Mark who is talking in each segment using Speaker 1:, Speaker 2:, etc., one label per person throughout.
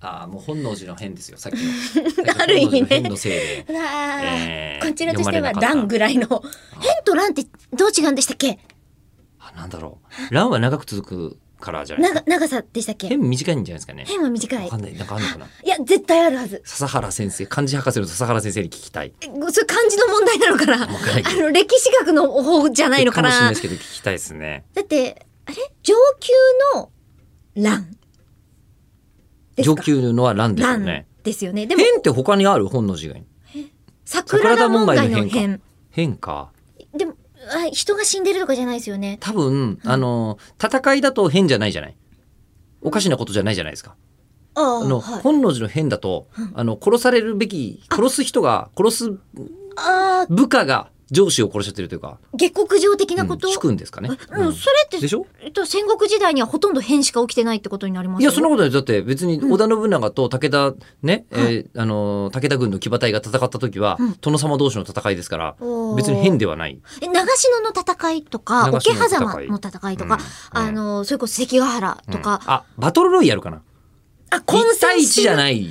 Speaker 1: ああもう本能寺の変ですよさっきの
Speaker 2: ある意味ね
Speaker 1: 本能寺の変のせいで
Speaker 2: うわー
Speaker 1: えー
Speaker 2: こちらとしては
Speaker 1: 読まれなかった
Speaker 2: ランぐらいの変とランってどう違うんでしたっけ
Speaker 1: あなんだろう乱は長く続くからじゃないです
Speaker 2: 長
Speaker 1: か
Speaker 2: 長さでしたっけ
Speaker 1: 変短いんじゃないですかね
Speaker 2: 変は短い
Speaker 1: わかんないなんかあるのかない
Speaker 2: や絶対あるはず
Speaker 1: 笹原先生漢字博士の笹原先生に聞きたい
Speaker 2: えごそれ漢字の問題なのかなあ
Speaker 1: わかんないけど
Speaker 2: の歴史学の方じゃないのか
Speaker 1: もしれな
Speaker 2: ない
Speaker 1: ですけど聞きたいですね
Speaker 2: だってあれ上級の乱です
Speaker 1: 上
Speaker 2: か
Speaker 1: 級のは乱ですよ
Speaker 2: 乱
Speaker 1: ね
Speaker 2: ですよねでも
Speaker 1: 変って他にある本能寺以外に
Speaker 2: 桜田門外の変
Speaker 1: 変か
Speaker 2: でもあ人が死んでるとかじゃないですよね
Speaker 1: 多分、あの戦いだと変じゃないじゃないおかしなことじゃないじゃないですか
Speaker 2: ああ
Speaker 1: あの、
Speaker 2: はい
Speaker 1: 本能寺の変だと、あの殺されるべき殺す人が殺す
Speaker 2: ああ
Speaker 1: 部下が上司を殺しちゃってるというか、
Speaker 2: 下克上的
Speaker 1: う、
Speaker 2: なんこと、
Speaker 1: 主君ですかね、
Speaker 2: うん、
Speaker 1: うん
Speaker 2: それって
Speaker 1: でしょ
Speaker 2: えっと、戦国時代にはほとんど変しか起きてないってことになります
Speaker 1: いやそんなこ
Speaker 2: の
Speaker 1: とないだって別に織田信長と武田ね、
Speaker 2: う
Speaker 1: え
Speaker 2: ん
Speaker 1: ーあの武田軍の騎馬隊が戦った時は、
Speaker 2: うん
Speaker 1: 殿様同士の戦いですから
Speaker 2: おー
Speaker 1: 別に変ではない
Speaker 2: え長篠の戦いとか
Speaker 1: 長
Speaker 2: 桶
Speaker 1: 篠の戦い
Speaker 2: 狭間の戦いとか、
Speaker 1: うん
Speaker 2: あのそれこそ関ヶ原と
Speaker 1: うん
Speaker 2: か、
Speaker 1: あバトルロイヤルかな
Speaker 2: あ混
Speaker 1: 1対
Speaker 2: 戦
Speaker 1: 1
Speaker 2: して
Speaker 1: じゃ
Speaker 2: る
Speaker 1: ない
Speaker 2: あー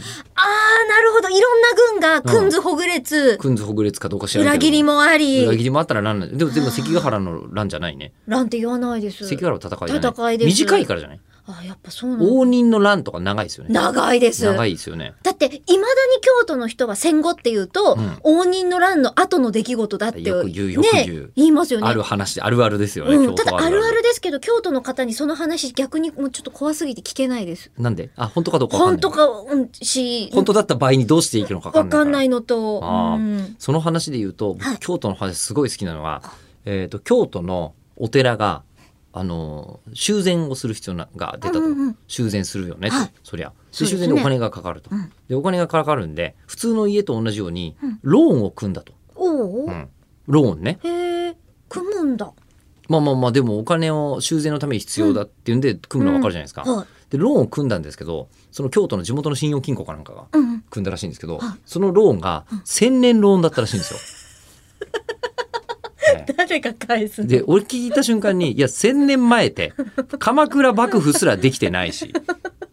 Speaker 2: なるほどいろんな軍がくんずほぐれつ、
Speaker 1: くんずほぐれつかどうか知らない
Speaker 2: 裏
Speaker 1: けど
Speaker 2: 切りもあり
Speaker 1: 裏切りもあったら乱なんでもでも関ヶ原の乱じゃないね
Speaker 2: なんて言わないです
Speaker 1: 関ヶ原は戦いじゃない
Speaker 2: 戦いです
Speaker 1: 短いからじゃない
Speaker 2: あやっぱそうなんだ
Speaker 1: 応仁の乱とか長いですよね
Speaker 2: 長いです
Speaker 1: 長いですよね
Speaker 2: だっていまだに京都の人は戦後っていうと、
Speaker 1: うん
Speaker 2: 応仁の乱の後の出来事だって
Speaker 1: よく言うよく言う
Speaker 2: ね、言いますよね
Speaker 1: ある話あるあるですよね、
Speaker 2: う
Speaker 1: 京
Speaker 2: ん、ただ
Speaker 1: 都
Speaker 2: あるあるですけど京都の方にその話逆にもうちょっと怖すぎて聞けないです。
Speaker 1: なんであ本当かどうかわかんな
Speaker 2: 本
Speaker 1: い
Speaker 2: 当かうんし
Speaker 1: 本当だった場合にどうしていくのかわかん
Speaker 2: わ
Speaker 1: ないか
Speaker 2: からんないのと、
Speaker 1: あー
Speaker 2: うん
Speaker 1: その話で言うと僕
Speaker 2: はい
Speaker 1: 京都の話すごい好きなのは、えー、と京都のお寺があのー修繕をする必要なが出たと、
Speaker 2: うんうんうん
Speaker 1: 修繕するよねと、
Speaker 2: はい
Speaker 1: そりゃで
Speaker 2: そうで
Speaker 1: 修
Speaker 2: すね
Speaker 1: 繕にお金がかかると、
Speaker 2: うん
Speaker 1: でお金がかかるんで普通の家と同じように
Speaker 2: うん
Speaker 1: ローンを組んだと、
Speaker 2: おう
Speaker 1: うんローンね
Speaker 2: へえ組むんだ。
Speaker 1: まあまあまあでもお金を修繕のために必要だっていうんで組むのは分かるじゃないですか、
Speaker 2: はい。
Speaker 1: でローンを組んだんですけどその京都の地元の信用金庫かなんかが
Speaker 2: うん。
Speaker 1: 組んだらしいんですけど、
Speaker 2: はい
Speaker 1: そのローンが千年ローンだったらしいん ですよ。ね
Speaker 2: 誰が返すの
Speaker 1: で俺聞いた瞬間にいや千年前って鎌倉幕府すらできてないし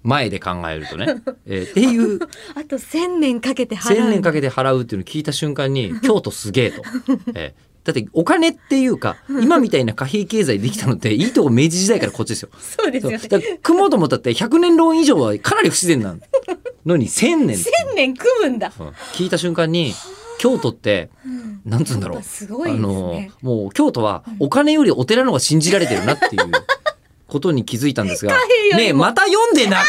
Speaker 1: 前で考えるとね、えーっていう
Speaker 2: あと千年かけて払う。
Speaker 1: 千年かけて払うっていうのを聞いた瞬間に京都すげえと、えーだってお金っていうか今みたいな貨幣経済できたのっていいとこ明治時代からこっちですよ。
Speaker 2: そう です
Speaker 1: そう
Speaker 2: よね
Speaker 1: だ。から組もうと思ったって100年ローン以上はかなり不自然なのに千年って
Speaker 2: 千年組むんだ。
Speaker 1: うん聞いた瞬間に京都って
Speaker 2: うん
Speaker 1: なんつうんだろう
Speaker 2: やっぱすごいですね。
Speaker 1: あのもう京都はお金よりお寺の方が 信じられてるなっていうことに気づいたんですが
Speaker 2: 貨幣よりも
Speaker 1: ねえまた読んでなくない